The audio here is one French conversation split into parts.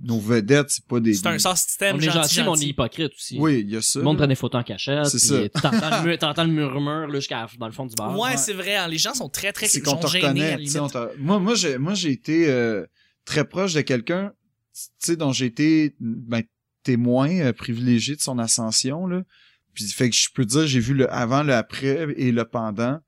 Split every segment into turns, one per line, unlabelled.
nos vedettes, c'est pas des...
C'est un sort système
on est
gentil,
gentil, mais on est
gentil.
hypocrite aussi.
Oui, il y a ça.
Tout le monde prend des photos en cachette.
C'est
puis T'entends le, mu- t'entends le murmure là, jusqu'à dans le fond du bar.
Ouais, c'est vrai. hein, Les gens sont très, très
c'est
ils
qu'on
sont
te
gênés, à
reconnaît.
la
tu sais, on
limite.
te- Moi, moi, j'ai, moi, j'ai été euh, très proche de quelqu'un, tu sais, dont j'ai été ben, témoin euh, privilégié de son ascension là. Puis fait que je peux dire, j'ai vu le avant, le après et le pendant.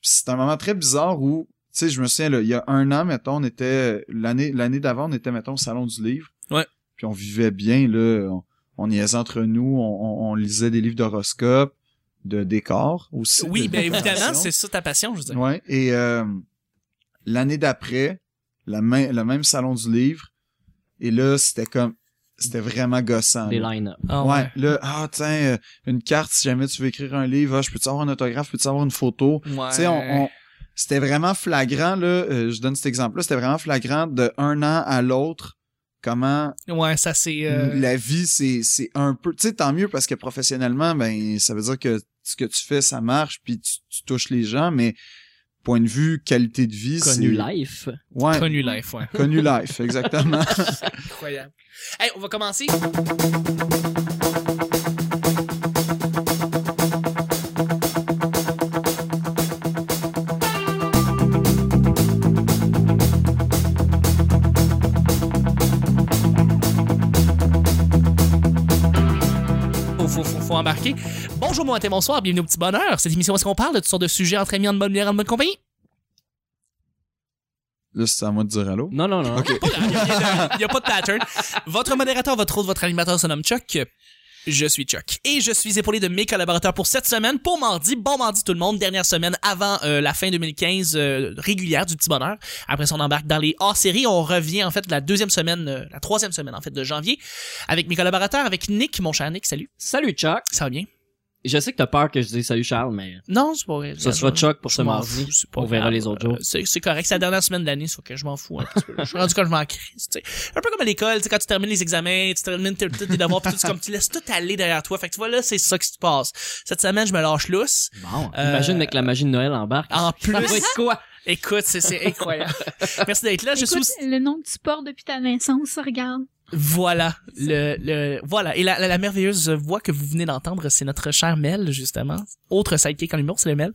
Puis c'est un moment très bizarre où, tu sais, je me souviens, là, il y a un an, mettons, on était l'année l'année d'avant, on était mettons au salon du livre.
Ouais.
Puis on vivait bien là. On, on niaisait entre nous, on, on, on lisait des livres d'horoscope, de décor aussi.
Oui,
de
ben évidemment,
décoration.
c'est ça ta passion, je veux dire.
Ouais, et euh, l'année d'après, la main- le même salon du livre, et là, c'était comme, c'était vraiment gossant.
Des
là.
line-up.
Ah
ouais. là, ah, tiens, euh, une carte, si jamais tu veux écrire un livre, ah, je peux-tu avoir un autographe, peux-tu avoir une photo?
Ouais.
Tu sais, on, on- c'était vraiment flagrant, là, euh, je donne cet exemple-là, c'était vraiment flagrant de un an à l'autre, comment
Ouais, ça c'est. euh,
la vie, c'est, c'est un peu... Tu sais, tant mieux, parce que professionnellement, ben ça veut dire que ce que tu fais, ça marche, puis tu, tu touches les gens, mais point de vue qualité de vie, c'est...
Connu life.
Ouais,
Connu life, ouais.
connu life, exactement.
Incroyable. Hey, on va commencer. Faut, faut, faut, faut embarquer. Bonjour, bon matin, bonsoir, bienvenue au Petit Bonheur. Cette émission où est-ce qu'on parle de toutes sortes de sujets entre amis, en bonne manière, en bonne compagnie.
là, c'est à moi de dire allô.
Non, non, non.
OK.
Il n'y a, il y a pas de pattern. Votre modérateur, votre hôte, votre animateur se nomme Chuck. Je suis Chuck. Et je suis épaulé de mes collaborateurs pour cette semaine, pour mardi. Bon mardi tout le monde. Dernière semaine avant euh, la fin 2015 euh, régulière du Petit Bonheur. Après ça, on embarque dans les hors-séries. On revient en fait la deuxième semaine, euh, la troisième semaine en fait de janvier avec mes collaborateurs, avec Nick, mon cher Nick. Salut.
Salut Chuck.
Ça va bien?
Je sais que t'as peur que je dise salut Charles, mais
Non, c'est pas vrai.
ça sera Chuck pour ce
Je m'en
mardi.
fous, c'est pas
On verra
grave.
les autres jours.
Euh, C'est c'est correct, c'est la dernière semaine de l'année, sauf que je m'en fous un petit peu. Je suis rendu quand je m'en crise, tu sais. Un peu comme à l'école, tu sais, quand tu termines les examens, tu termines tes, tous tes devoirs, puis tout, c'est comme tu laisses tout aller derrière toi. Fait que tu vois, là, c'est ça qui se passe. Cette semaine, je me lâche lousse.
Bon.
Euh,
Imagine avec la magie de Noël embarque.
En
Ça va
plus,
être quoi?
écoute, c'est- c'est incroyable. Merci d'être là, je suis...
Écoute, le nom que tu portes depuis ta naissance, regarde.
Voilà, le, le, voilà. Et la, la, la merveilleuse voix que vous venez d'entendre, c'est notre cher Mel, justement. Autre sidekick en humour, c'est le Mel.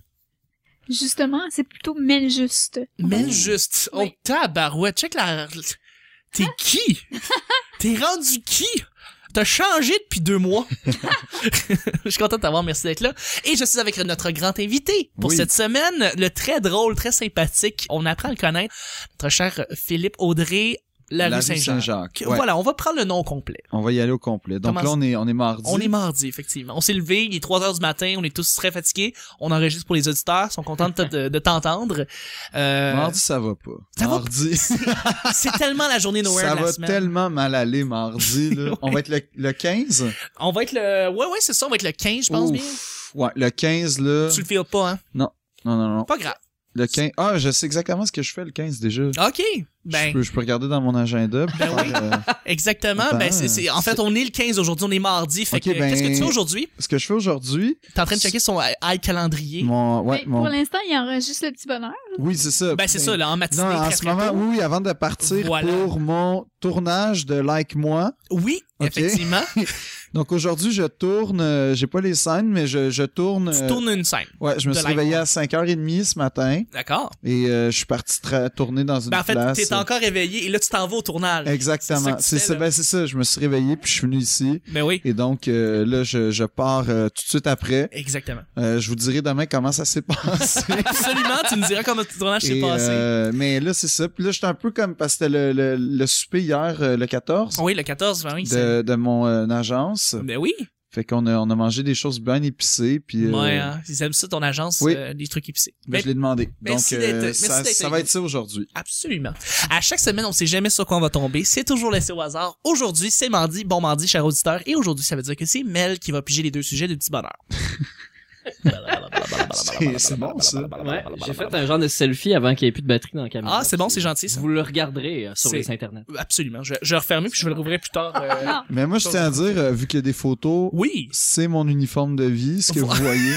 Justement, c'est plutôt Mel Juste.
Mel juste. Oh,
Ben Oui.
tabarouette. Check la... T'es qui? T'es rendu qui? T'as changé depuis deux mois. je suis content de t'avoir. Merci d'être là. Et je suis avec notre grand invité pour
Oui.
cette semaine. Le très drôle, très sympathique. On apprend à le connaître. Notre cher Philippe Audrey, la, rue Saint-Jean.
Ouais,
Voilà, on va prendre le nom complet.
On va y aller au complet. Donc
Comment
là, on est, on est mardi.
On est mardi, effectivement. On s'est levé, il est 3 heures du matin, on est tous très fatigués. On enregistre pour les auditeurs, ils sont contents de, de- de t'entendre. Euh,
Mardi, ça va pas.
ça va-
mardi,
C'est tellement la journée nowhere
ça
de la
va
semaine.
tellement mal aller mardi. Là. On va être le, le 15?
On va être le. Ouais, ouais, c'est ça, on va être le 15, je pense bien.
Ouf. Ouais, le 15, là...
Tu le fais pas, hein?
Non, non, non.
Pas grave.
Le 15... Ah, je sais exactement ce que je fais le 15 déjà.
OK.
Je,
Ben,
peux, je peux regarder dans mon agenda. puis
Ben oui.
faire, euh,
exactement. Ben,
Attends,
c'est, c'est- en fait, on est le 15 aujourd'hui, on est mardi. Fait
Ok,
que,
ben-
qu'est-ce que tu fais aujourd'hui?
ce que je fais aujourd'hui,
T'es en train de checker son i calendrier.
mon, ouais,
Mais
mon...
Pour l'instant, il enregistre le petit bonheur.
oui, c'est ça.
Ben, c'est
Ben,
ça, là, en matinée.
Non, en
très,
ce
très
moment,
tôt.
oui, oui, avant de partir
Voilà.
pour mon tournage de Like Moi.
Oui,
Ok.
effectivement.
Donc aujourd'hui, je tourne, euh, j'ai pas les scènes, mais je, je tourne.
Tu
euh,
tournes une scène.
ouais, je me
de
suis
Like
réveillé
Moi.
à 5h30 ce matin
D'accord.
et euh, je suis parti tra- tourner dans une
Ben, en fait,
place. euh.
t'es encore réveillé et là, tu t'en vas au tournage.
Exactement.
c'est ça que tu
C'est
fais,
ça,
là.
ben, c'est ça, je me suis réveillé puis je suis venu ici.
Ben oui.
Et donc euh, là, je, je pars euh, tout de suite après.
Exactement.
Euh, je vous dirai demain comment ça s'est passé.
Absolument, tu nous diras comment ton tournage s'est
Et,
passé.
euh, mais là, c'est ça. Puis là, j'étais un peu comme parce que c'était le, le, le souper hier, euh, le 14,
Oui, le 14, ben oui. c'est-
de, de mon euh, agence.
Ben oui.
Fait qu'on a, on a mangé des choses bien épicées, puis euh,
Ouais, hein, ils aiment ça, ton agence,
oui.
euh, des trucs épicés.
ben,
Ben,
je l'ai demandé.
merci
Donc,
d'être-
euh,
merci
ça,
d'être
ça va être ça aujourd'hui.
Absolument. À chaque semaine, on sait jamais sur quoi on va tomber. C'est toujours laissé au hasard. Aujourd'hui, c'est mardi. Bon mardi, cher auditeur. Et aujourd'hui, ça veut dire que c'est Mel qui va piger les deux sujets du petit bonheur. Ah, bah,
C'est c'est bon, ça.
Ouais, j'ai fait un genre de selfie avant qu'il n'y ait plus de batterie dans la caméra.
Ah, c'est bon, c'est gentil, ça.
Vous le regarderez euh, sur
C'est-
les internets.
Absolument. Je, je vais refermer puis je vais le rouvrir plus tard. euh.
Non,
Mais moi, je tiens à dire, euh, vu qu'il y a des photos,
Oui.
c'est mon uniforme de vie, ce que vous voyez.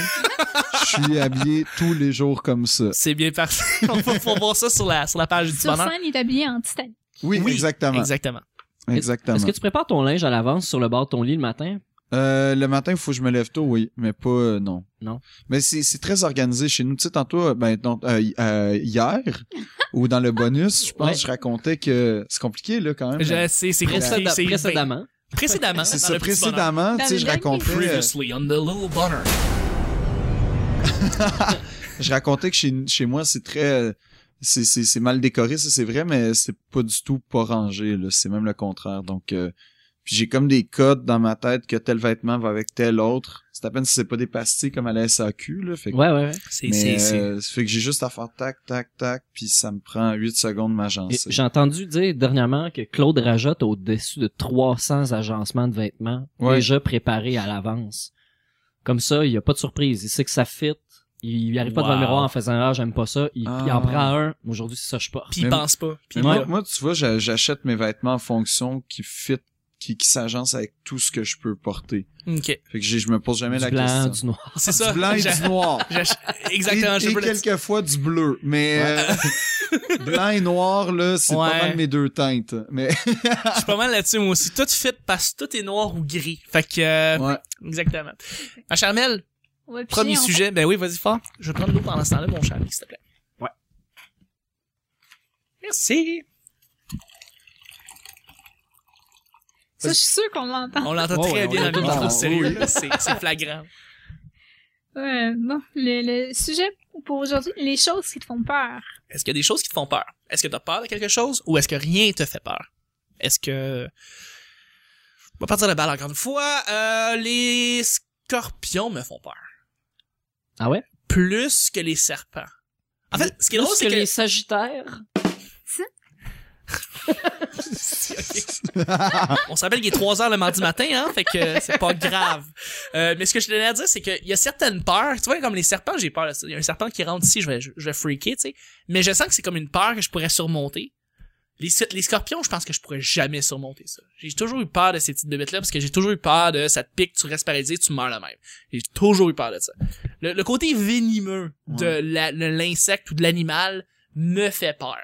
Je suis habillé tous les jours comme ça.
C'est bien parfait. On va pouvoir voir ça sur la, sur la page du petit
sur
bonheur.
scène, il est habillé en titane.
Oui, exactement.
Exactement.
Exactement.
Est-ce que tu prépares ton linge à l'avance sur le bord de ton lit le matin?
Euh, le matin, il faut que je me lève tôt, oui, mais pas euh, non.
Non.
Mais c'est c'est très organisé chez nous. Tu sais, tantôt, euh, ben, non, euh, hi- euh, hier, ou dans le bonus, je pense,
Ouais.
je racontais que c'est compliqué, là, quand même.
Je sais, c'est compliqué,
Précéda-
c'est
précédemment.
Précédemment.
C'est
dans
ça,
le petit bonheur.
précédemment, tu
Dans
sais,
le
je
dernier.
racontais, euh,
Previously on the little bonheur.
je racontais que chez, chez moi, c'est très, euh, c'est, c'est, c'est mal décoré, ça, c'est vrai, mais c'est pas du tout pas rangé, là. C'est même le contraire. Donc, euh, puis j'ai comme des codes dans ma tête que tel vêtement va avec tel autre. C'est à peine si c'est pas des pastilles comme à la SAQ, là. Fait que-
Ouais, ouais, ouais.
C'est,
Mais
c'est, c'est.
euh, ça fait que j'ai juste à faire tac, tac, tac, puis ça me prend 8 secondes ma
Et
jancée.
J'ai entendu dire dernièrement que Claude rajoute au-dessus de 300 agencements de vêtements
Ouais.
déjà préparés à l'avance. Comme ça, il n'y a pas de surprise. Il sait que ça fit. Il, il arrive pas devant le
Wow.
miroir en faisant ah j'aime pas ça. Il,
Ah.
il en prend un. Aujourd'hui c'est ça que je porte.
Puis il
Mais-
pense pas.
Mais
Puis il
moi,
va-
moi, tu vois, j'a- j'achète mes vêtements en fonction qui fit, qui, qui s'agence avec tout ce que je peux porter.
Ok.
Fait que j'ai- je me pose jamais
du
la
blanc,
question.
du noir.
C'est
Ah, Du
ça.
blanc et
J'a-
du noir.
j'ach- Exactement.
Et,
je
et
peux le-
quelquefois du bleu. Mais euh, blanc et noir, là, c'est
Ouais.
pas mal mes deux teintes. Mais
Je suis pas mal là-dessus, moi aussi. Tout fit parce que tout est noir ou gris. Fait que, euh,
ouais.
exactement. Ma charmelle,
Ouais, puis
premier
on-
sujet. Ben oui, vas-y fort. Je vais prendre l'eau pendant ce temps-là, mon charmel, s'il te plaît.
Ouais.
Merci.
Ça, je suis sûre qu'on l'entend.
On l'entend
Ouais,
très
ouais, on
bien,
l'entend
le micro,
dans-
sérieux.
oui.
là. C'est, c'est flagrant.
Ouais, bon, le, le sujet pour aujourd'hui, les choses qui te font peur.
Est-ce qu'il y a des choses qui te font peur? Est-ce que t'as peur de quelque chose ou est-ce que rien te fait peur? Est-ce que... On va partir de balle encore une fois. Euh, les scorpions me font peur.
Ah ouais?
Plus que les serpents. En fait, ce qui est drôle,
Plus
c'est que...
les sagittaires.
On se rappelle qu'il est 3 heures le mardi matin, hein, fait que c'est pas grave. Euh, mais ce que je tenais à dire, c'est qu'il y a certaines peurs. Tu vois, comme les serpents, j'ai peur. de ça. Il y a un serpent qui rentre ici, je vais, je vais freaker, tu sais. Mais je sens que c'est comme une peur que je pourrais surmonter. Les, sc- les scorpions, je pense que je pourrais jamais surmonter ça. J'ai toujours eu peur de ces petites bêtes-là parce que j'ai toujours eu peur de ça te pique, tu restes paralysé, tu meurs la même. J'ai toujours eu peur de ça. Le, le côté venimeux de
Ouais.
la- de l'insecte ou de l'animal me fait peur.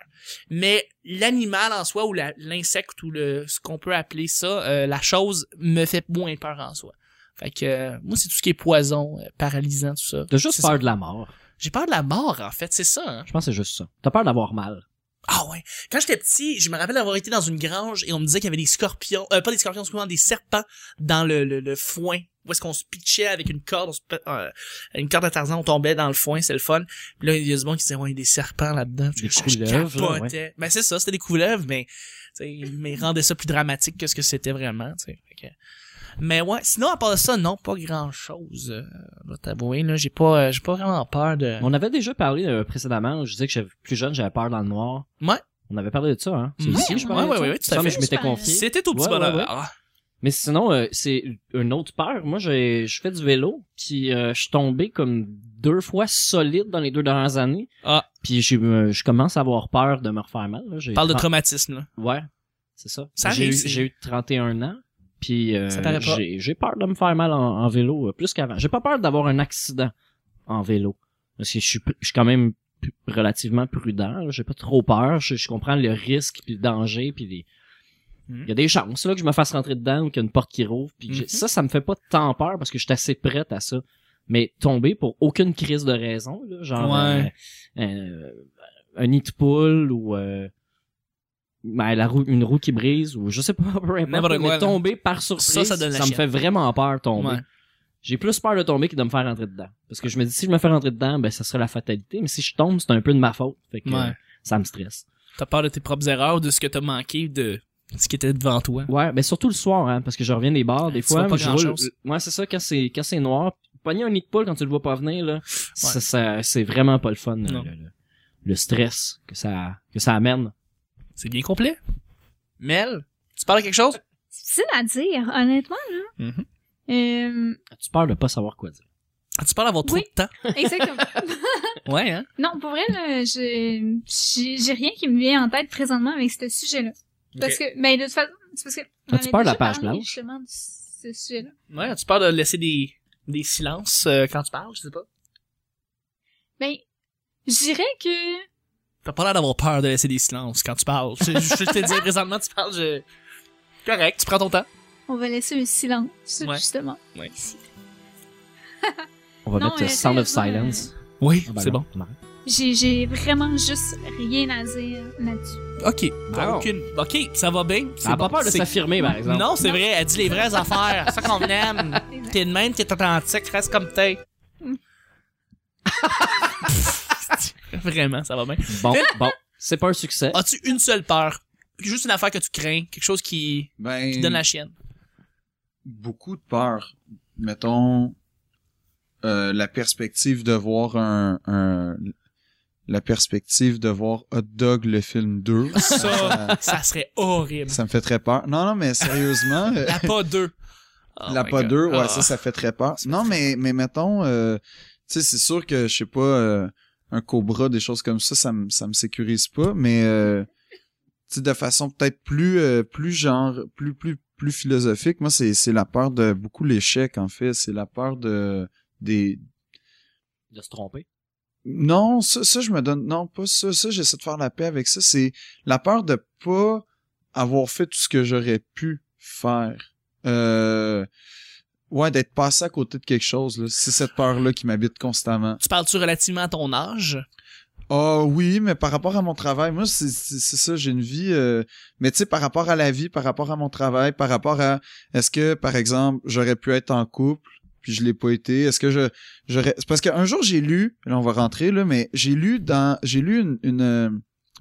Mais l'animal en soi ou la- l'insecte ou le ce qu'on peut appeler ça, euh, la chose me fait moins peur en soi. Fait que euh, moi c'est tout ce qui est poison, euh, paralysant, tout ça.
T'as juste
C'est
peur
ça.
de la mort.
J'ai peur de la mort en fait, c'est ça. hein.
Je pense que c'est juste ça. T'as peur d'avoir mal.
Ah ouais. Quand j'étais petit, je me rappelle avoir été dans une grange et on me disait qu'il y avait des scorpions, euh, pas des scorpions, souvent des serpents dans le, le, le foin. Où est-ce qu'on se pitchait avec une corde, on se pe- euh, une corde à Tarzan, on tombait dans le foin, c'est le fun. Puis là, il y a du monde qui disait, ouais, il y a des serpents là-dedans. Puis
Des
je- je
couleuvres, là,
capotais. Ben, c'est ça, c'était des couleuvres, mais, tu sais, ils- mais ils rendaient ça plus dramatique que ce que c'était vraiment, tu sais. Fait que- Mais ouais, sinon, à part ça, non, pas grand-chose. Euh, je vais t'avouer, là, j'ai pas, euh, j'ai pas vraiment peur de...
On avait déjà parlé euh, précédemment. Je disais que j'étais plus jeune, j'avais peur dans le noir.
Ouais.
On avait parlé de ça, hein. C'est
Ouais,
ici, que je parlais
ouais,
de ça.
ouais, ouais, tout à
Il me semble
fait.
que Je m'étais confié.
C'était au petit
Ouais, ouais,
bonheur.
ouais. Mais sinon, euh, c'est une autre peur. Moi, j'ai, je fais du vélo, puis euh, je suis tombé comme deux fois solide dans les deux dernières années.
Ah.
Puis j'ai, euh, je commence à avoir peur de me refaire mal. Là. J'ai
Parle de
30
traumatisme, là.
Ouais, c'est ça.
Ça
j'ai, eu,
arrive, c'est-
j'ai eu 31 ans, puis euh,
Ça paraît pas.
j'ai, j'ai peur de me faire mal en, en vélo euh, plus qu'avant. J'ai pas peur d'avoir un accident en vélo. Parce que je suis, pr- je suis quand même pu- relativement prudent. là. J'ai pas trop peur. Je, je comprends le risque, puis le danger, puis les...
Mhm.
Il y a des chances là, que je me fasse rentrer dedans ou qu'il y a une porte qui rouvre. Puis que j'ai-
Mhm.
Ça, ça me fait pas tant peur parce que je suis assez prête à ça. Mais tomber pour aucune crise de raison, là, genre
Ouais.
euh, euh, un nid de poule ou euh, ben, la roue, une roue qui brise ou je sais pas, peu importe,
N'importe quoi, là.
mais tomber par surprise,
Ça, ça donne la
me
chienne.
fait vraiment peur tomber.
Ouais.
J'ai plus peur de tomber que de me faire rentrer dedans. Parce que je me dis, si je me fais rentrer dedans, ben, ça serait la fatalité. Mais si je tombe, c'est un peu de ma faute. Fait que,
Ouais.
euh, ça me stresse.
T'as peur de tes propres erreurs ou de ce que t'as manqué, de ce qui était devant toi.
Ouais, mais surtout le soir, hein, parce que je reviens des bars, des
Tu
fois,
vois pas
je roule.
grand-chose.
Ouais, c'est ça, quand c'est, quand c'est noir. Pogner un nid de poule quand tu le vois pas venir, là, ça, ça- c'est vraiment pas le fun,
Non.
le, le- le stress que ça, que ça amène.
C'est bien complet. Mel, tu parles de quelque chose?
C'est difficile à dire, honnêtement, là.
Mhm. Mm-hmm.
Euh,
As-tu peur de pas savoir quoi dire?
Ah, tu parles d'avoir trop
Oui.
de temps.
exactement.
Ouais, hein?
non, pour vrai, là, je- j'ai j'ai rien qui me vient en tête présentement avec ce sujet-là. Parce que, ben, de toute façon, c'est parce que... j'en
tu
ai
peur de la
déjà
page
parlé,
blanche?
Justement, de ce sujet-là.
Ouais, tu parles de laisser des, des silences euh, quand tu parles, je sais pas.
Ben, je dirais que...
T'as pas l'air d'avoir peur de laisser des silences quand tu parles. Je, je- je te dis présentement, tu parles, je... Correct, tu prends ton temps.
On va laisser un silence,
Ouais.
justement.
Ouais.
Ici.
On va
Non,
mettre
mais
euh, Sound of
sérieusement, euh,
Silence.
Oui,
Ah, ben
c'est
non,
bon.
on arrête.
J'ai, j'ai vraiment juste rien à dire là-dessus.
Ok.
Bon.
Aucune- Ok, ça va bien.
Elle a Ah, pas peur de
C'est-
s'affirmer, par exemple.
Non, c'est
Non.
vrai, elle dit les vraies affaires. C'est ça qu'on aime. T'es de même, t'es authentique, reste comme t'es. Vraiment, ça va bien.
Bon, bon. C'est pas un succès.
As-tu une seule peur? Juste une affaire que tu crains, quelque chose qui,
Ben,
qui donne la chienne.
beaucoup de peur. Mettons euh, la perspective de voir un, un- la perspective de voir Hot Dog le film 2.
Ça, ça serait horrible.
Ça me fait très peur. Non, non, mais sérieusement, euh,
La pas Oh 2.
la pas 2,
Ah.
ouais, ça, ça fait très peur. Non, mais, mais mettons, euh, tu sais, c'est sûr que, je sais pas, euh, un cobra, des choses comme ça, ça me, ça me sécurise pas, mais, euh, tu sais, de façon peut-être plus, euh, plus genre, plus, plus, plus philosophique, moi, c'est, c'est la peur de beaucoup l'échec, en fait. C'est la peur de, des,
De se tromper.
non, ça, ça, je me donne. Non, pas ça. Ça, j'essaie de faire la paix avec ça. C'est la peur de pas avoir fait tout ce que j'aurais pu faire. Euh, ouais, d'être passé à côté de quelque chose. là. C'est cette peur-là qui m'habite constamment.
Tu parles-tu relativement à ton âge?
Ah oui, mais par rapport à mon travail, moi, c'est c'est- c'est ça, j'ai une vie... euh, mais tu sais, par rapport à la vie, par rapport à mon travail, par rapport à... Est-ce que, par exemple, j'aurais pu être en couple, puis je l'ai pas été? Est-ce que je j'aurais... c'est Parce qu'un jour, j'ai lu... Là, on va rentrer, là, mais j'ai lu dans... J'ai lu une, une, euh,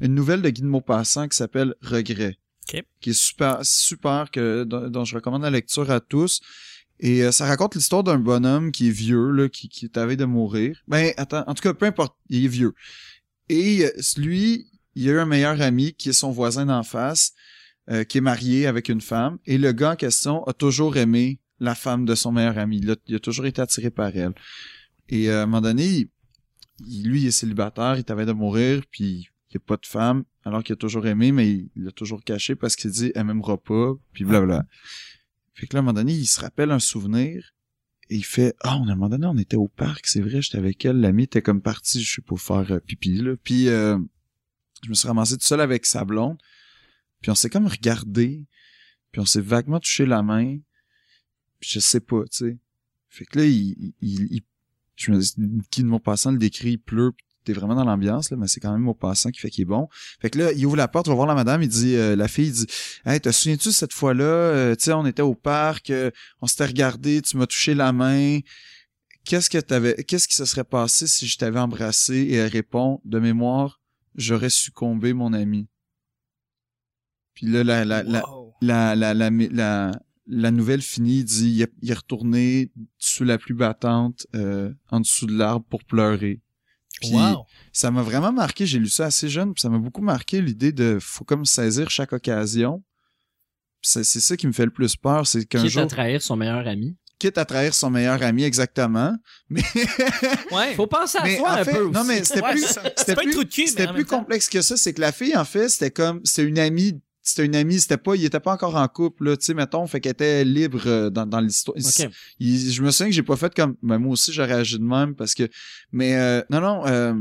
une nouvelle de Guy de Maupassant qui s'appelle « Regret
Ok.
qui est super, super, que, dont, dont je recommande la lecture à tous. Et euh, ça raconte l'histoire d'un bonhomme qui est vieux, là, qui, qui est à la veille de mourir. Ben, attends, en tout cas, peu importe, il est vieux. Et euh, lui, il a eu un meilleur ami qui est son voisin d'en face, euh, qui est marié avec une femme. Et le gars en question a toujours aimé la femme de son meilleur ami. Il a, il a toujours été attiré par elle. Et euh, à un moment donné, il- il- lui, il est célibataire, il t'avait de mourir, puis il n'y a pas de femme, alors qu'il a toujours aimé, mais il il l'a toujours caché parce qu'il dit « elle m'aimera pas », puis blablabla. Fait que là, à un moment donné, il se rappelle un souvenir, et il fait « Ah, on- à un moment donné, on était au parc, c'est vrai, j'étais avec elle, l'ami était comme parti, je suis pour faire euh, pipi, là. » Puis euh, je me suis ramassé tout seul avec sa blonde, puis on s'est comme regardé, puis on s'est vaguement touché la main, puis je sais pas, tu sais. Fait que là, il, il, il- je me qui de Maupassant le décrit, il pleut, pis t'es vraiment dans l'ambiance, là, mais c'est quand même Maupassant qui fait qu'il est bon. Fait que là, il ouvre la porte, on va voir la madame, il dit, euh, la fille, il dit, hey, te souviens-tu de cette fois-là, euh, tu sais, on était au parc, euh, on s'était regardé, tu m'as touché la main. Qu'est-ce que t'avais, qu'est-ce qui se serait passé si je t'avais embrassé? Et elle répond, de mémoire, j'aurais succombé, mon ami. Puis là, la, la, la,
Wow.
la, la, la, la, la nouvelle finie dit il est, il est retourné sous la pluie battante euh, en dessous de l'arbre pour pleurer. Puis
Wow.
ça m'a vraiment marqué, j'ai lu ça assez jeune, puis ça m'a beaucoup marqué l'idée de faut comme saisir chaque occasion. Puis C'est c'est ça qui me fait le plus peur, c'est qu'un
Quitte à
jour,
trahir son meilleur ami.
quitte à trahir son meilleur ami exactement, mais
Ouais.
Faut penser à
mais
soi
en
un
fait,
peu
non
aussi.
mais c'était
Ouais,
plus
c'est ça.
c'était
pas un
plus-
trou de cul, mais
c'était
en
plus
même temps.
complexe que ça, c'est que la fille, en fait, c'était comme, c'était une amie, c'était une amie, c'était pas, il était pas encore en couple, là, tu sais, mettons, fait qu'elle était libre euh, dans, dans l'histoire.
Ok.
Il- je me souviens que j'ai pas fait comme, mais moi aussi, j'aurais agi de même parce que, mais, euh, non, non, euh,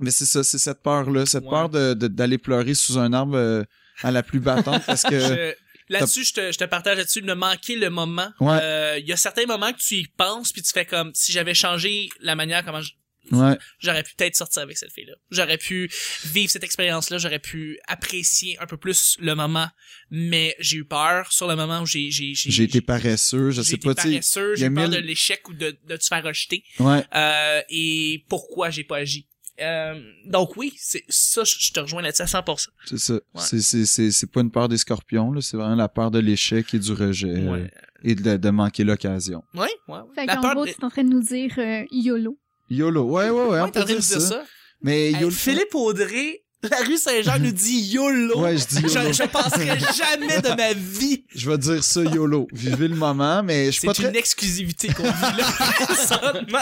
mais c'est ça, c'est cette peur-là, cette
Ouais.
peur de, de- d'aller pleurer sous un arbre euh, à la pluie battante parce que,
Je- Là-dessus, je te, je te partage là-dessus, ne manquer le moment. Euh, Il
Ouais.
y a certains moments que tu y penses, puis tu fais comme, si j'avais changé la manière comment je-
ouais,
j'aurais pu peut-être sortir avec cette fille-là. J'aurais pu vivre cette expérience-là, j'aurais pu apprécier un peu plus le moment, mais j'ai eu peur sur le moment où j'ai... J'ai
j'ai été paresseux, je
j'ai
sais
été
pas, tu sais,
paresseux,
il y a
j'ai peur
mille-
de l'échec ou de, de te faire rejeter.
ouais,
Euh, et pourquoi j'ai pas agi. Euh, donc oui, c'est ça, je je te rejoins là-dessus à 100%.
c'est ça. C'est, c'est, c'est, c'est pas une peur des scorpions, là, c'est vraiment la peur de l'échec et du rejet euh,
Ouais.
et de, de manquer l'occasion.
Ouais, ouais, ouais.
Fait
La
qu'en
peur
gros,
de-
tu es en train de nous dire euh, YOLO.
YOLO. Ouais, ouais, ouais,
Ouais,
on
t'es
peut
en train de
dire ça.
ça.
Mais
Hey,
YOLO.
Philippe Audrey, la rue Saint-Jean nous dit YOLO.
Ouais, je dis
Je,
YOLO.
je penserai jamais de ma vie.
Je vais dire ça YOLO. Vivez le moment, mais je suis
C'est
pas
une
très,
exclusivité qu'on vit là présentement.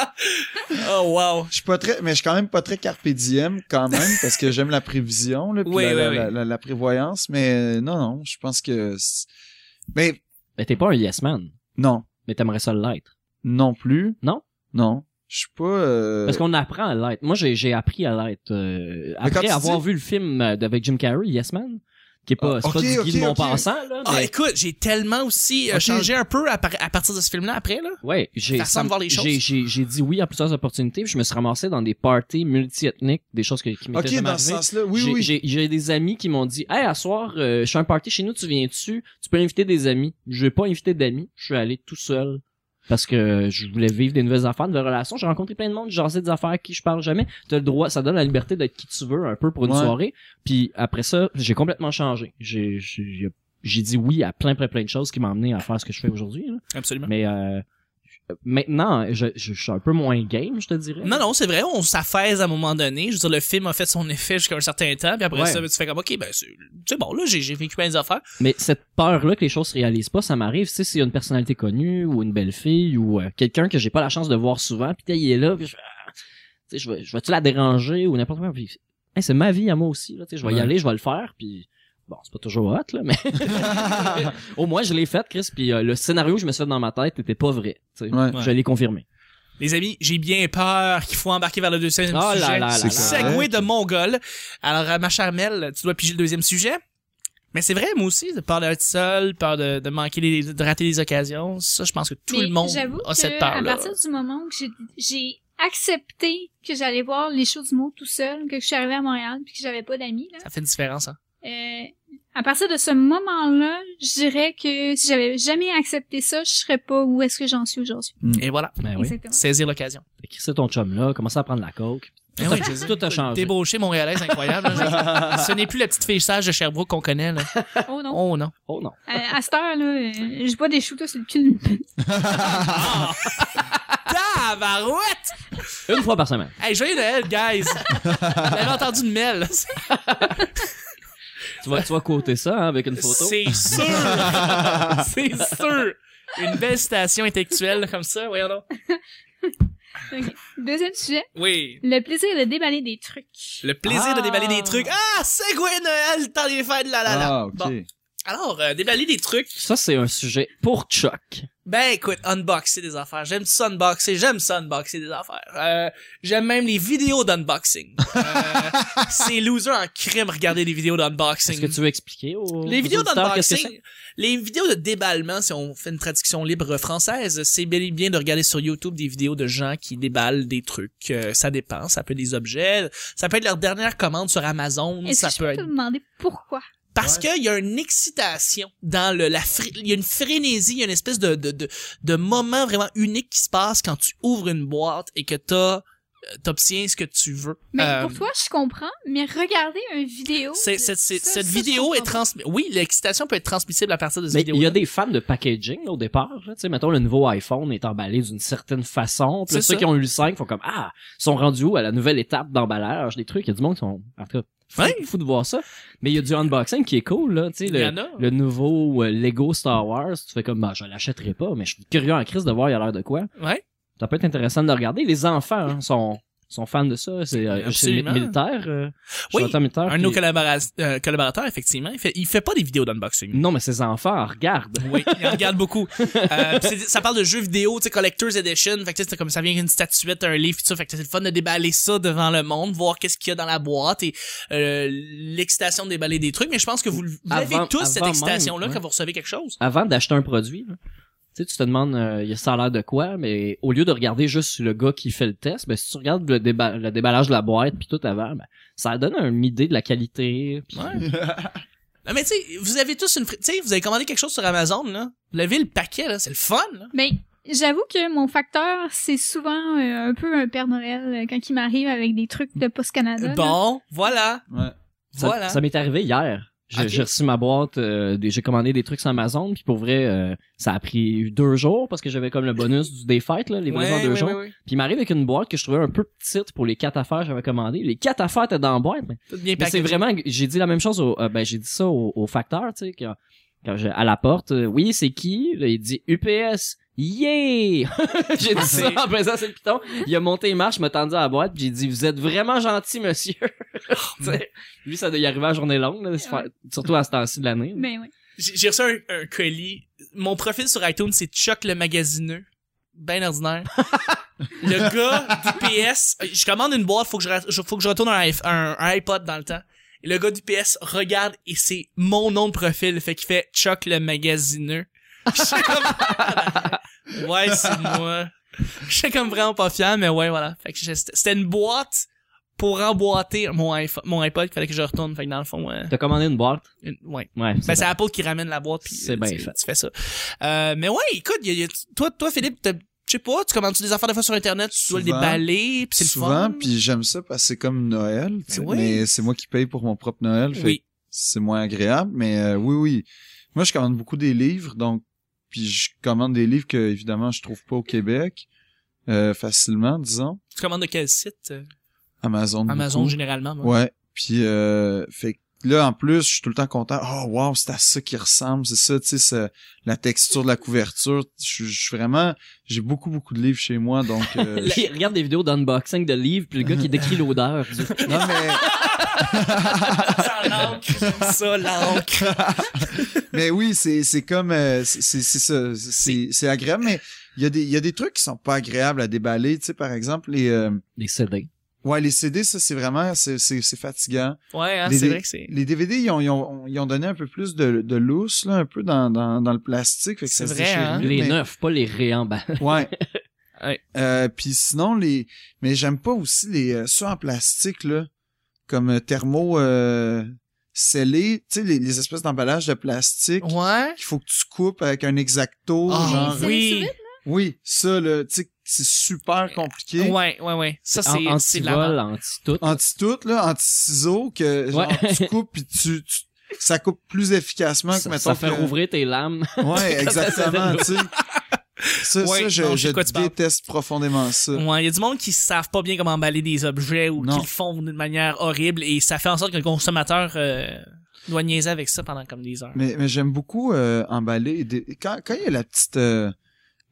Oh wow.
je suis pas très, mais je suis quand même pas très carpe diem quand même parce que j'aime la prévision, là, puis
Oui,
la, la-
oui, oui.
la- la- la prévoyance, mais euh, non, non, je pense que, c'est- mais
Mais t'es pas un yes man.
non,
Mais t'aimerais ça l'être.
Euh. non plus.
Non?
Non. Je suis pas, euh,
Parce qu'on apprend à l'être. Moi, j'ai j'ai appris à l'être. euh,
quand
après
tu
avoir
dis-
vu le film euh, avec Jim Carrey, Yes Man, qui est pas,
Ah,
c'est pas
ok,
du
ok,
Guy de
ok.
Montparnasse, là.
Ah,
mais-
écoute, j'ai tellement aussi euh,
Ok.
changé un peu à, par- à partir de ce film-là après, là.
Ouais, j'ai,
Ça ressemble
ça-
voir les choses.
j'ai, j'ai, j'ai dit oui à plusieurs opportunités, puis je me suis ramassé dans des parties multiethniques, des choses que, qui m'étaient
Ok,
jamais
dans ce
arrivées.
sens-là, oui,
j'ai,
oui.
J'ai, j'ai des amis qui m'ont dit, hey, à soir, euh, je suis à un party chez nous, tu viens-tu? Tu peux inviter des amis. Je vais pas inviter d'amis, je suis allé tout seul. Parce que je voulais vivre des nouvelles affaires, de nouvelles relations. J'ai rencontré plein de monde, j'ai jasé des affaires à qui je parle jamais. T'as le droit, ça donne la liberté d'être qui tu veux un peu pour une
Ouais.
soirée. Puis après ça, j'ai complètement changé. J'ai, j'ai, j'ai dit oui à plein, plein, plein de choses qui m'ont amené à faire ce que je fais aujourd'hui. là.
Absolument.
Mais euh, maintenant, je, je, je suis un peu moins game, je te dirais.
Non, non, c'est vrai, on s'affaise à un moment donné. Je veux dire, le film a fait son effet jusqu'à un certain temps, puis après
Ouais.
ça, ben, tu fais comme, OK, ben, c'est c'est bon, là, j'ai j'ai vécu plein d'affaires.
Mais cette peur-là que les choses se réalisent pas, ça m'arrive. Tu sais, s'il y a une personnalité connue ou une belle fille ou euh, quelqu'un que j'ai pas la chance de voir souvent, puis il est là, puis je, fais, ah, tu sais, je vais, je vais-tu la déranger ou n'importe quoi. Puis, hey, c'est ma vie à moi aussi. Là, tu sais, je vais
Ouais.
y aller, je vais le faire, puis bon, c'est pas toujours hot là, mais au moins je l'ai fait, Chris. Puis euh, le scénario que je me suis fait dans ma tête était pas vrai. tu sais.
Ouais.
Je l'ai confirmé.
Les amis, j'ai bien peur qu'il faut embarquer vers le deuxième
Oh là
sujet.
là là
C'est là.
Segway de Mongol. Alors, euh, ma chère Mel, tu dois piger le deuxième sujet. Mais c'est vrai, moi aussi, de peur d'être seul, peur de, de manquer, les, de rater les occasions. Ça, je pense que tout
Mais
le monde
j'avoue
a
que
cette
À
peur-là.
partir du moment où que j'ai- j'ai accepté que j'allais voir les shows du monde tout seul, que je suis arrivée à Montréal puis que j'avais pas d'amis, là,
Ça fait une différence, hein.
euh, à partir de ce moment-là, je dirais que si j'avais jamais accepté ça, je serais pas où est-ce que j'en suis aujourd'hui.
Et voilà.
Ben oui.
Exactement.
Saisir l'occasion.
Fait que c'est ton chum là, commence à prendre la coke.
Ben oui, je-
Tout a changé.
Débauché montréalaise incroyable. là. Ce n'est plus la petite fille sage de Sherbrooke qu'on connaît. Là.
Oh non.
Oh non.
Oh non.
Euh, à cette heure, là, euh, je bois des shooters sur le cul. Ah.
Tabarouette!
Une fois par semaine.
Hey, joyeux Noël, guys! J'avais entendu une mêle.
Tu vas, tu vas côté ça hein, avec une photo.
C'est sûr! C'est sûr! Une belle citation intellectuelle comme ça, voyons donc.
Ok. Deuxième sujet,
Oui.
le plaisir de déballer des trucs.
Le plaisir de
Ah.
déballer des trucs. Ah, c'est Gwen Noël, temps des fêtes, là, là, là.
Ah, ok.
Bon. Alors, euh, déballer des trucs.
Ça, c'est un sujet pour Chuck.
Ben, écoute, unboxer des affaires. J'aime ça unboxer. J'aime ça unboxer des affaires. Euh, j'aime même les vidéos d'unboxing. Euh, c'est loser en crime regarder des vidéos d'unboxing.
Est-ce que tu veux expliquer aux
Les
aux
vidéos
auditeurs qu'est-ce que
d'unboxing, les vidéos de déballement, si on fait une traduction libre française, c'est bien et bien de regarder sur YouTube des vidéos de gens qui déballent des trucs. Euh, ça dépend, ça peut être des objets, ça peut être leur dernière commande sur Amazon,
Est-ce
ça
que je
peut
peux
être
te demander pourquoi?
parce qu'il y a une excitation dans le la fré- il y a une frénésie, il y a une espèce de de de, de moment vraiment unique qui se passe quand tu ouvres une boîte et que t'as euh, t'obtiens ce que tu veux.
Mais
Euh,
pour toi, je comprends, mais regarder une vidéo.
c'est- c'est- c'est-
ça,
cette
ça, je
vidéo est
comprends pas.
transmise. Oui, l'excitation peut être transmissible à partir de cette
Mais
vidéo.
il y a des fans de packaging là, au départ. là. Tu sais, mettons, le nouveau iPhone est emballé d'une certaine façon. Puis là,
C'est
ceux
ça.
qui ont eu le 5 font comme Ah, ils sont rendus où à la nouvelle étape d'emballage des trucs. Il y a du monde qui sont. En tout cas, fou,
Ouais.
fou de voir ça. Mais il y a du unboxing qui est cool. Là, tu sais,
Il y
le,
en a.
le nouveau euh, Lego Star Wars, tu fais comme bah, je l'achèterai pas, mais je suis curieux en crise de voir il a l'air de quoi.
Ouais.
Ça peut être intéressant de le regarder. Les enfants hein, sont sont fans de ça. C'est euh, chez le mi-
Absolument.
militaire. euh,
Oui,
chanteur militaire.
Un de
puis-
nos collabora- euh, collaborateurs, effectivement, il fait, il fait pas des vidéos d'unboxing.
Non, mais ses enfants regardent.
Oui, il en regarde beaucoup. Euh, pis c'est- ça parle de jeux vidéo, tu sais, Collector's Edition. Fait que tu sais, c'est comme ça vient avec une statuette, un livre, tout ça. Fait que c'est le fun de déballer ça devant le monde, voir qu'est-ce qu'il y a dans la boîte et euh, l'excitation de déballer des trucs. Mais je pense que vous, l- vous l'avez
Avant-
tous cette
avant
excitation-là
même, ouais.
quand vous recevez quelque chose.
Avant d'acheter un produit, là, tu sais, tu te demandes, euh, il y a ça a l'air de quoi, mais au lieu de regarder juste le gars qui fait le test, ben, si tu regardes le, déba- le déballage de la boîte puis tout avant, ben, ça donne une idée de la qualité. puis-
Ouais. Non, mais tu sais, vous avez tous une, fr- tu sais, vous avez commandé quelque chose sur Amazon là. Vous l'avez le paquet là, c'est le fun. Là.
Mais Ben, j'avoue que mon facteur, c'est souvent euh, un peu un Père Noël euh, quand il m'arrive avec des trucs de Post-Canada. là.
Bon, voilà,
Ouais.
Ça,
voilà.
ça m'est arrivé hier. J'ai
Ok.
j'ai reçu ma boîte, euh, des- j'ai commandé des trucs sur Amazon, puis pour vrai, euh, ça a pris deux jours parce que j'avais comme le bonus du des fêtes, là, les bonus en
Ouais,
deux
ouais,
jours.
ouais, ouais.
Puis il m'arrive avec une boîte que je trouvais un peu petite pour les quatre affaires que j'avais commandées. Les quatre affaires étaient dans la boîte, mais
Tout bien
Mais
packagé.
c'est vraiment, j'ai dit la même chose au, euh, ben, j'ai dit ça au, au facteur, tu sais, quand, quand j'ai- à la porte, euh, oui, c'est qui? Là, il dit UPS. Yeah! j'ai dit
Ah,
ça en présent, c'est le piton. Il a monté les marches, m'a tendu à la boîte, puis j'ai dit, vous êtes vraiment gentil, monsieur. Tu sais, Lui, ça doit y arriver à la journée longue, là, de se faire- surtout à ce temps-ci de l'année.
Ben oui.
J'ai j'ai reçu un, un colis. Mon profil sur iTunes, c'est Chuck le magazineux. Ben ordinaire. le gars du PS, je commande une boîte, faut que je, ra- faut que je retourne un, iPh- un- un iPod dans le temps. Et le gars du PS regarde et c'est mon nom de profil. Fait qu'il fait Chuck le magasineux. J'étais comme, ouais, c'est moi. J'étais comme vraiment pas fier, mais ouais, voilà. Fait que j'ai- c'était une boîte pour emboîter mon, iPhone, mon iPod qu'il fallait que je retourne. Fait que dans le fond, euh,
T'as commandé une boîte?
une- ouais.
Ouais.
Ben, c'est Apple qui ramène la boîte puis
C'est
euh,
bien
tu,
fait.
tu fais ça. Euh, mais ouais, écoute, y a- y a- toi, toi, Philippe, t'as- je sais pas, tu commandes-tu des affaires des fois sur Internet, tu dois le
Souvent.
déballer, puis c'est le
Souvent,
fun. Ben
puis j'aime ça parce que c'est comme Noël, tu sais,
oui.
mais c'est moi qui paye pour mon propre Noël, fait
Oui.
que c'est moins agréable, mais euh, oui, oui. Moi, je commande beaucoup des livres, donc puis je commande des livres que évidemment je trouve pas au Québec euh, facilement, disons.
Tu commandes de quel site? euh?
Amazon.
Amazon,
beaucoup.
généralement. moi.
Ouais. Puis euh, fait que là en plus, je suis tout le temps content. Oh wow, c'est à ça qui ressemble, c'est ça, tu sais, c'est- la texture de la couverture. Je je suis vraiment, j'ai beaucoup beaucoup de livres chez moi, donc. euh,
Il regarde des vidéos d'unboxing de livres, puis le gars qui décrit l'odeur. du-
non mais.
Ça, l'encre, j'aime ça, l'encre.
mais oui, c'est c'est comme euh, c'est c'est c'est ça, c'est c'est agréable mais il y a des il y a des trucs qui sont pas agréables à déballer, tu sais par exemple les euh,
Des CD.
ouais, les CD ça c'est vraiment c'est c'est c'est fatigant.
Ouais, hein,
Les-
c'est vrai que c'est...
Les DVD ils ont ils ont ils ont donné un peu plus de de lousse là un peu dans dans dans le plastique fait que
C'est
ça se
vrai,
déchire
hein?
mieux,
Les
mais-
neufs, pas les réemballés.
Ouais.
Ouais.
Euh, puis sinon les mais j'aime pas aussi les euh, ceux en plastique là comme euh, thermo euh, scellés, tu sais les, les espèces d'emballages de plastique
Ouais.
qu'il faut que tu coupes avec un exacto
Ah,
genre
Ben, C'est
oui.
souvent-
Oui, ça, là, tu sais, c'est super compliqué.
Ouais, ouais, ouais. Ça, c'est, c'est de la
Anti-vol,
merde.
anti-tout.
Anti-tout, là, anti-ciseaux, que genre,
Ouais.
tu coupes puis tu, tu- Ça coupe plus efficacement que,
Ça,
mettons,
ça fait
que-
rouvrir tes lames.
Ouais, exactement, tu sais. Ça,
Ouais,
ça, je,
non, je sais
je
de quoi tu parles.
déteste profondément ça.
Ouais, il y a du monde qui savent pas bien comment emballer des objets ou
Non.
qui le font d'une manière horrible et ça fait en sorte que le consommateur euh, doit niaiser avec ça pendant comme des heures.
Mais, mais j'aime beaucoup euh, emballer. Des... Quand, quand il y a la petite euh,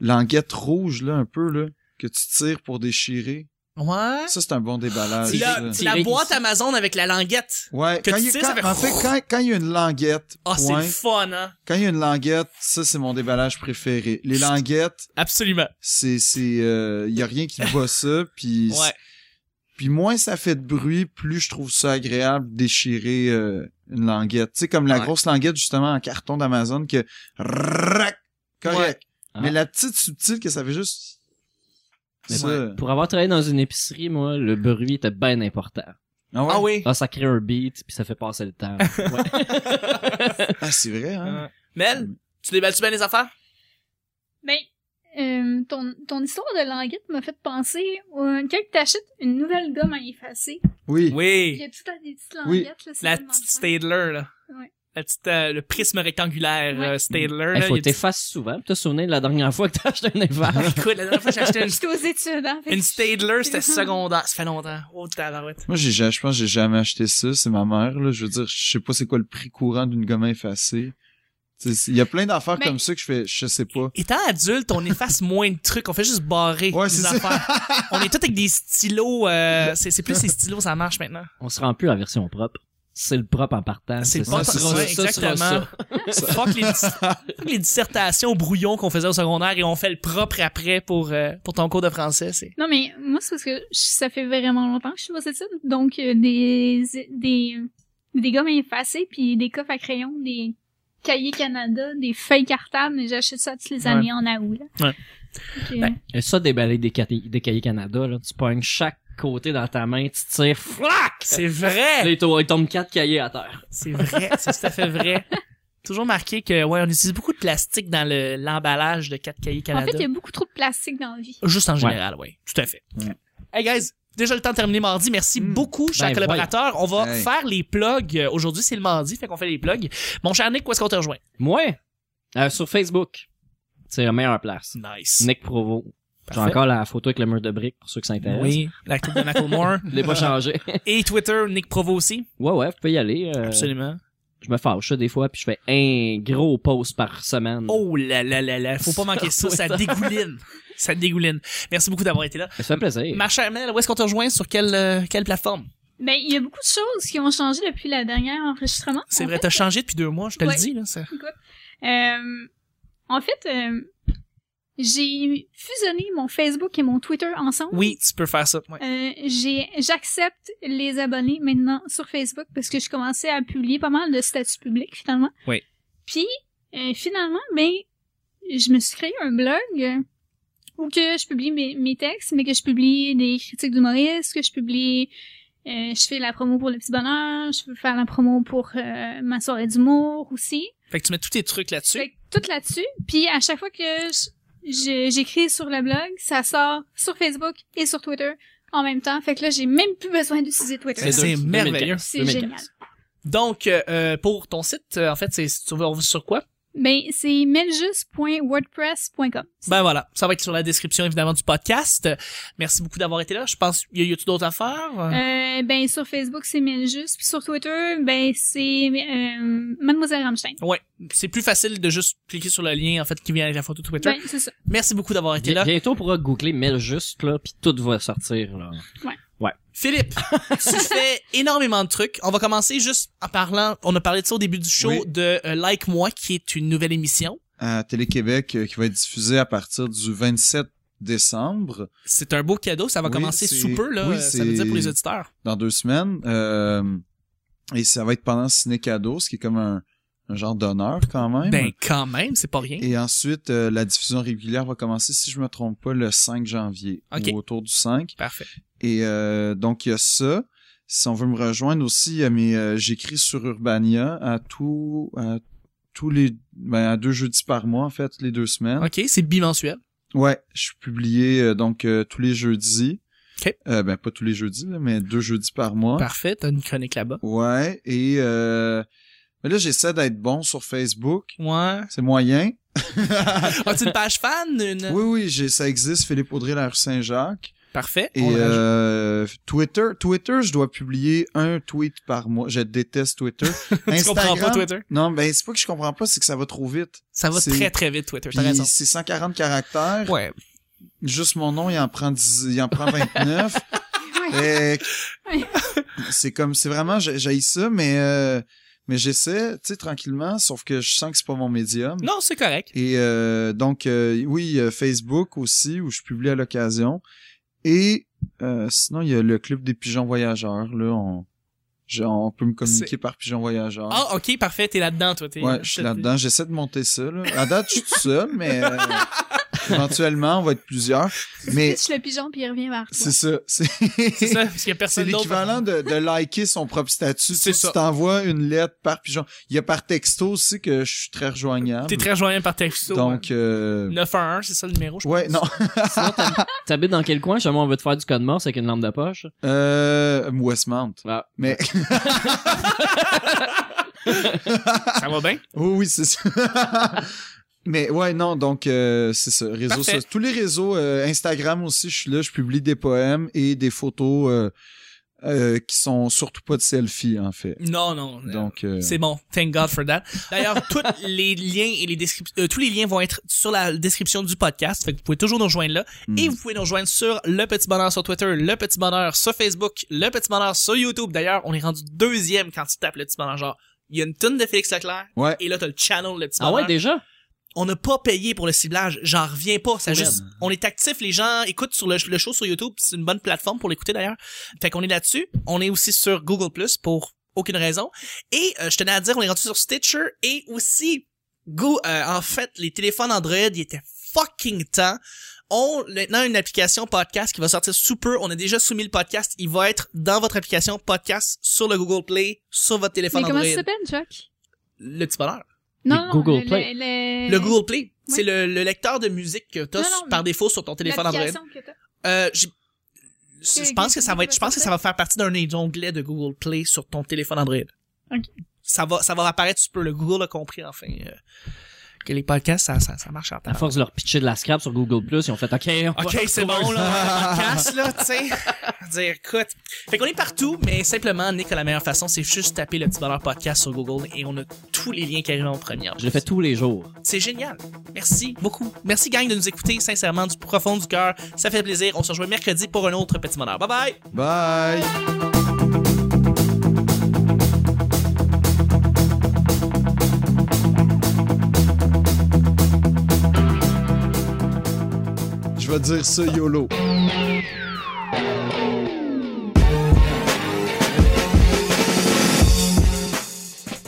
languette rouge, là, un peu, là, que tu tires pour déchirer,
Ouais.
ça, c'est un bon déballage.
C'est Ah,
ça.
la, c'est la
Tirer
boîte
ici.
Amazon avec la languette.
Ouais,
que
quand
tu
il y a-
tires, ça
quand-
fait
en fait, quand, quand il y a une languette,
Ah, c'est
point,
le fun, hein?
Quand il y a une languette, ça c'est mon déballage préféré. Les languettes,
Absolument.
c'est c'est euh, y a rien qui bat ça puis
Ouais.
puis moins ça fait de bruit, plus je trouve ça agréable de déchirer euh, une languette. Tu sais comme la
Ouais.
grosse languette justement en carton d'Amazon que Rrrrac correct.
Ouais.
Mais
Ah.
la petite subtile que ça fait juste
Mais
ça.
Pour avoir travaillé dans une épicerie, moi, le bruit était bien important.
Ah, ouais?
Ah oui.
Ah, ça crée un beat, puis ça fait passer le temps. Ouais.
Ah, c'est vrai hein.
Mel, tu déballes-tu bien les affaires?
Ben, euh, ton, ton histoire de languette m'a fait penser euh, quand t'achètes une nouvelle gomme à effacer,
Oui.
il y
Oui.
a tout le temps des petites
Oui.
languettes. Là, c'est
La
tellement
petite
le fun.
Stadler, là.
Ouais.
La petite, euh, le prisme rectangulaire
Ouais.
euh, Stadler.
Il
là,
faut
il y a du- Ah,
que t'effaces souvent. Tu te souvenir de la dernière fois que t'as acheté un éval.
Écoute, la dernière fois, j'ai acheté une,
J'étais aux études, hein, fait que
une Stadler, c'était secondaire. Ça fait longtemps. Oh, tabarouette.
Moi j'ai ja- je pense que j'ai jamais acheté ça, c'est ma mère là, je veux dire je sais pas c'est quoi le prix courant d'une gomme effacée. Tu sais, Il y a plein d'affaires
Ben
Mais-
comme ça que je fais je sais pas.
Étant adulte, on efface moins de trucs. On fait juste barrer
Ouais,
les
c'est ça.
affaires. on est tous avec des stylos. euh, c'est c'est plus les stylos, ça marche maintenant.
On se rend plus à la version propre. C'est le propre en partant.
Ah, C'est le
ça.
propre,
Ça sera
ouais,
ça, ça sera
exactement. Fuck les, fuck les dissertations brouillons qu'on faisait au secondaire et on fait le propre après pour, euh, pour ton cours de français. C'est
Non, mais moi, c'est parce que je- ça fait vraiment longtemps que je suis aux études. Donc, euh, des, des, des gommes effacées, puis des coffres à crayons, des cahiers Canada, des feuilles cartables, mais j'achète ça toutes les
Ouais.
années en août. Là.
Ouais.
Donc, euh,
Ben,
Et ça, déballer des, cahiers- des cahiers Canada, là, tu pognes chaque côté dans ta main, tu tires, flac!
c'est
Là,
vrai!
il tombe- il tombe quatre cahiers à terre.
C'est vrai, c'est tout à fait vrai. Toujours marqué que, ouais, on utilise beaucoup de plastique dans le- l'emballage de 4 cahiers
en fait,
Ben, Canada.
il y a beaucoup trop de plastique dans la vie.
Juste en
Ouais.
général, oui. Tout à fait.
Ouais.
Hey guys, déjà le temps de terminer mardi. Merci
Mm.
beaucoup, cher
Ben,
collaborateur. On va
Hey.
faire les plugs. Euh, Aujourd'hui, c'est le mardi, fait qu'on fait les plugs. Mon cher Nick, où est-ce qu'on te rejoint?
Moi, euh, sur Facebook, c'est la meilleure place.
Nice.
Nick Provo. J'ai
Parfait.
encore la photo avec le mur de briques, pour ceux qui s'intéressent.
Oui, la coupe de Macklemore.
Je l'ai pas changé.
Et Twitter, Nick Provo aussi.
ouais, ouais, vous pouvez y aller. euh,
Absolument.
je me fâche ça, des fois, puis je fais un gros post par semaine.
Oh là là là là. Faut pas manquer ça. Ça
Twitter.
dégouline. Ça dégouline. Merci beaucoup d'avoir été là.
Ça fait plaisir.
Ma chère Mel, où est-ce qu'on te rejoint? Sur quelle, euh, quelle plateforme?
Ben, il y a beaucoup de choses qui ont changé depuis le dernier enregistrement.
C'est
En
vrai, t'as changé depuis deux mois, je te le
Ouais.
dis, là. ça.
Euh, en fait, euh, J'ai fusionné mon Facebook et mon Twitter ensemble.
Oui, tu peux faire ça. Ouais.
Euh, j'ai- j'accepte les abonnés maintenant sur Facebook parce que je commençais à publier pas mal de statuts publics finalement.
Oui.
Puis euh, finalement, ben, je me suis créé un blog euh, où que je publie mes, mes textes, mais que je publie des critiques d'humoristes, que je publie, euh, je fais la promo pour le petit bonheur, je peux faire la promo pour euh, ma soirée d'humour aussi.
Fait que tu mets tous tes trucs là-dessus.
Fait que tout là-dessus. Puis à chaque fois que je- je- j'écris sur le blog, ça sort sur Facebook et sur Twitter en même temps. Fait que là, j'ai même plus besoin d'utiliser Twitter.
Mais c'est
donc,
merveilleux.
2004.
C'est génial.
Donc, euh, euh, pour ton site, euh, en fait, c'est tu vas sur quoi?
Ben, c'est meljus.wordpress.com.
Ben voilà, ça va être sur la description évidemment du podcast. Euh, Merci beaucoup d'avoir été là. Je pense, y a- y a-tu d'autres affaires?
Euh, ben, sur Facebook, c'est meljus. Puis sur Twitter, ben, c'est euh, Mademoiselle Rammstein.
Ouais, c'est plus facile de juste cliquer sur le lien en fait qui vient avec la photo Twitter.
Ben, c'est ça.
Merci beaucoup d'avoir été
Bien-
là.
Bientôt, on pourra googler Mel juste, là, puis tout va sortir, là.
Philippe, tu fais énormément de trucs. On va commencer juste en parlant, on a parlé de ça au début du show,
Oui.
de euh, Like Moi, qui est une nouvelle émission.
à Télé-Québec euh, qui va être diffusée à partir du 27 décembre,
C'est un beau cadeau, ça va
Oui,
commencer
c'est-
sous peu, là,
oui,
euh, ça veut
c'est-
dire pour les auditeurs.
dans deux semaines. Euh, et ça va être pendant Ciné Cadeau, ce qui est comme un, un genre d'honneur quand même.
Ben quand même, c'est pas rien.
Et ensuite, euh, la diffusion régulière va commencer, si je me trompe pas, le 5 janvier,
Ok.
ou autour du 5.
Parfait.
Et euh, donc, il y a ça. Si on veut me rejoindre aussi, il y a mes, euh, j'écris sur Urbania à tous, à tous les, ben, à deux jeudis par mois, en fait, les deux semaines.
Ok, c'est bimensuel.
Ouais, je suis publié euh, donc euh, tous les jeudis.
Ok.
Euh, ben pas tous les jeudis, là, mais deux jeudis par mois.
Parfait, t'as une chronique là-bas.
Ouais, et euh, mais là j'essaie d'être bon sur Facebook.
Ouais.
C'est moyen.
As-tu une page fan? Une...
Oui, oui, j'ai, ça existe, Philippe Audrey, la rue Saint-Jacques.
Parfait.
Et
On la-
euh, Twitter, Twitter, je dois publier un tweet par mois. Je déteste Twitter.
tu comprends pas Twitter?
Non, ben c'est pas que je comprends pas, c'est que ça va trop vite.
Ça va
C'est-
très très vite, Twitter.
Puis
T'as raison.
c'est 140 caractères.
Ouais.
Juste mon nom, il en prend 10 il en prend 29.
Ouais.
Fait que- c'est comme c'est vraiment j'ai ça mais euh, mais j'essaie tu sais tranquillement sauf que je sens que c'est pas mon médium
Non, c'est correct.
et euh, donc euh, oui euh, Facebook aussi où je publie à l'occasion et euh, sinon il y a le club des pigeons voyageurs là on je- on peut me communiquer par pigeon voyageur
Ah, ben, ok, parfait. T'es là-dedans, toi. T'es,
ouais je suis
t'es-
là dedans j'essaie de monter ça là. à date je suis tout seul mais euh, éventuellement on va être plusieurs mais
Pitch le pigeon, puis il revient vers toi.
c'est ça c'est
C'est ça, parce qu'il y
C'est
a personne d'autre.
l'équivalent de, de liker son propre statut.
C'est
Tu
ça.
t'envoies une lettre par pigeon. Il y a par texto aussi que je suis très rejoignable.
T'es très joignable par texto.
Donc, euh,
ouais. 911, c'est ça le numéro, je
ouais, non.
Sinon, t'hab- t'habites dans quel coin? Justement, on veut te faire du code morse avec une lampe de poche.
Euh, Westmount.
Ah.
Mais,
pense. Ça va bien?
oh oui, c'est ça. Mais ouais, non, donc euh, c'est ça. Réseaux
Parfait.
sociaux. Tous les réseaux, euh, Instagram aussi, je suis là, je publie des poèmes et des photos euh, euh, qui sont surtout pas de selfies, en fait.
Non, non. euh,
Donc, euh,
C'est bon. Thank God for that. D'ailleurs, tous les liens et les descriptions, tous les liens vont être sur la description du podcast. Fait que vous pouvez toujours nous rejoindre là.
Mm.
Et vous pouvez nous rejoindre sur Le Petit Bonheur sur Twitter, Le Petit Bonheur sur Facebook, Le Petit Bonheur sur YouTube. D'ailleurs, on est rendu deuxième quand tu tapes Le Petit Bonheur. Genre, il y a une tonne de Félix Leclerc.
Ouais.
Et là, t'as le channel Le Petit
Ah
Bonheur.
ouais, déjà?
on n'a pas payé pour le ciblage. J'en reviens pas. Ça
Ouais.
juste, on est actif. Les gens écoutent sur le, le show sur YouTube. C'est une bonne plateforme pour l'écouter d'ailleurs. Fait qu'on est là-dessus. On est aussi sur Google Plus pour aucune raison. Et euh, je tenais à dire, on est rendu sur Stitcher et aussi Go. euh, en fait, les téléphones Android, il était fucking temps. On maintenant une application podcast qui va sortir sous peu. On a déjà soumis le podcast. Il va être dans votre application podcast sur le Google Play, sur votre
mais
téléphone
comment ça
Android.
s'appelle, Chuck?
Le petit bonheur.
Non, non,
Google
le,
Play.
Le,
Le Google Play,
Ouais.
c'est le, le lecteur de musique que t'as
Non, non,
par
mais-
défaut sur ton téléphone Android.
l'application que t'as.
Euh, j'ai- je je pense que ça va être, je pense que ça va faire partie d'un des onglets de Google Play sur ton téléphone Android.
Ok.
Ça va, ça va apparaître sous peu. Le Google a compris enfin euh, que les podcasts, ça, ça, ça marche en temps.
À force de leur pitcher de la scrap sur Google+, ils ont fait « OK, on va
Ok, c'est bon, là, on casse, là, tu sais. Je veux Dire, écoute. Fait qu'on est partout, mais simplement, Nick, la meilleure façon, c'est juste taper le petit bonheur podcast sur Google et on a tous les liens qui arrivent en première.
Je le fais tous les jours.
C'est génial. Merci beaucoup. Merci, gang, de nous écouter sincèrement du profond du cœur. Ça fait plaisir. On se rejoint mercredi pour un autre petit bonheur. Bye bye!
bye. vais dire ça YOLO.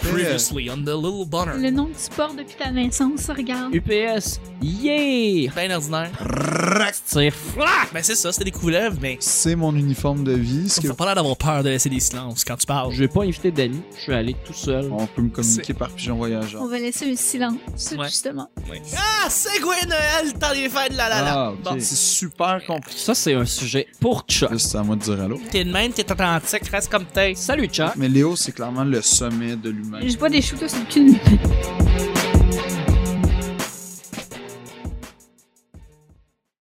Previously on the Little Bonner.
Le nom que tu portes depuis ta naissance, regarde.
UPS, yeah!
Ben ordinaire.
C'est flac!
Ben c'est ça, c'était des coups-lèvres, mais
C'est mon uniforme de vie. Ce que...
t'as pas l'air d'avoir peur de laisser des silences quand tu parles.
Je vais pas inviter Danny, je suis allé tout seul.
On peut me communiquer par pigeon
On
voyageur.
va laisser un silence,
Ouais.
justement.
Ah, c'est Gwen Noël, t'en les fêtes, la la la.
Ah, ok.
Bon.
C'est super compliqué.
Ça, c'est un sujet pour Chuck.
Là, C'est à moi de dire allô.
T'es de même, t'es authentique, reste comme t'es.
Salut Chuck!
Mais Léo, c'est clairement le sommet de l'humain.
Je bois des shooters sur le cul.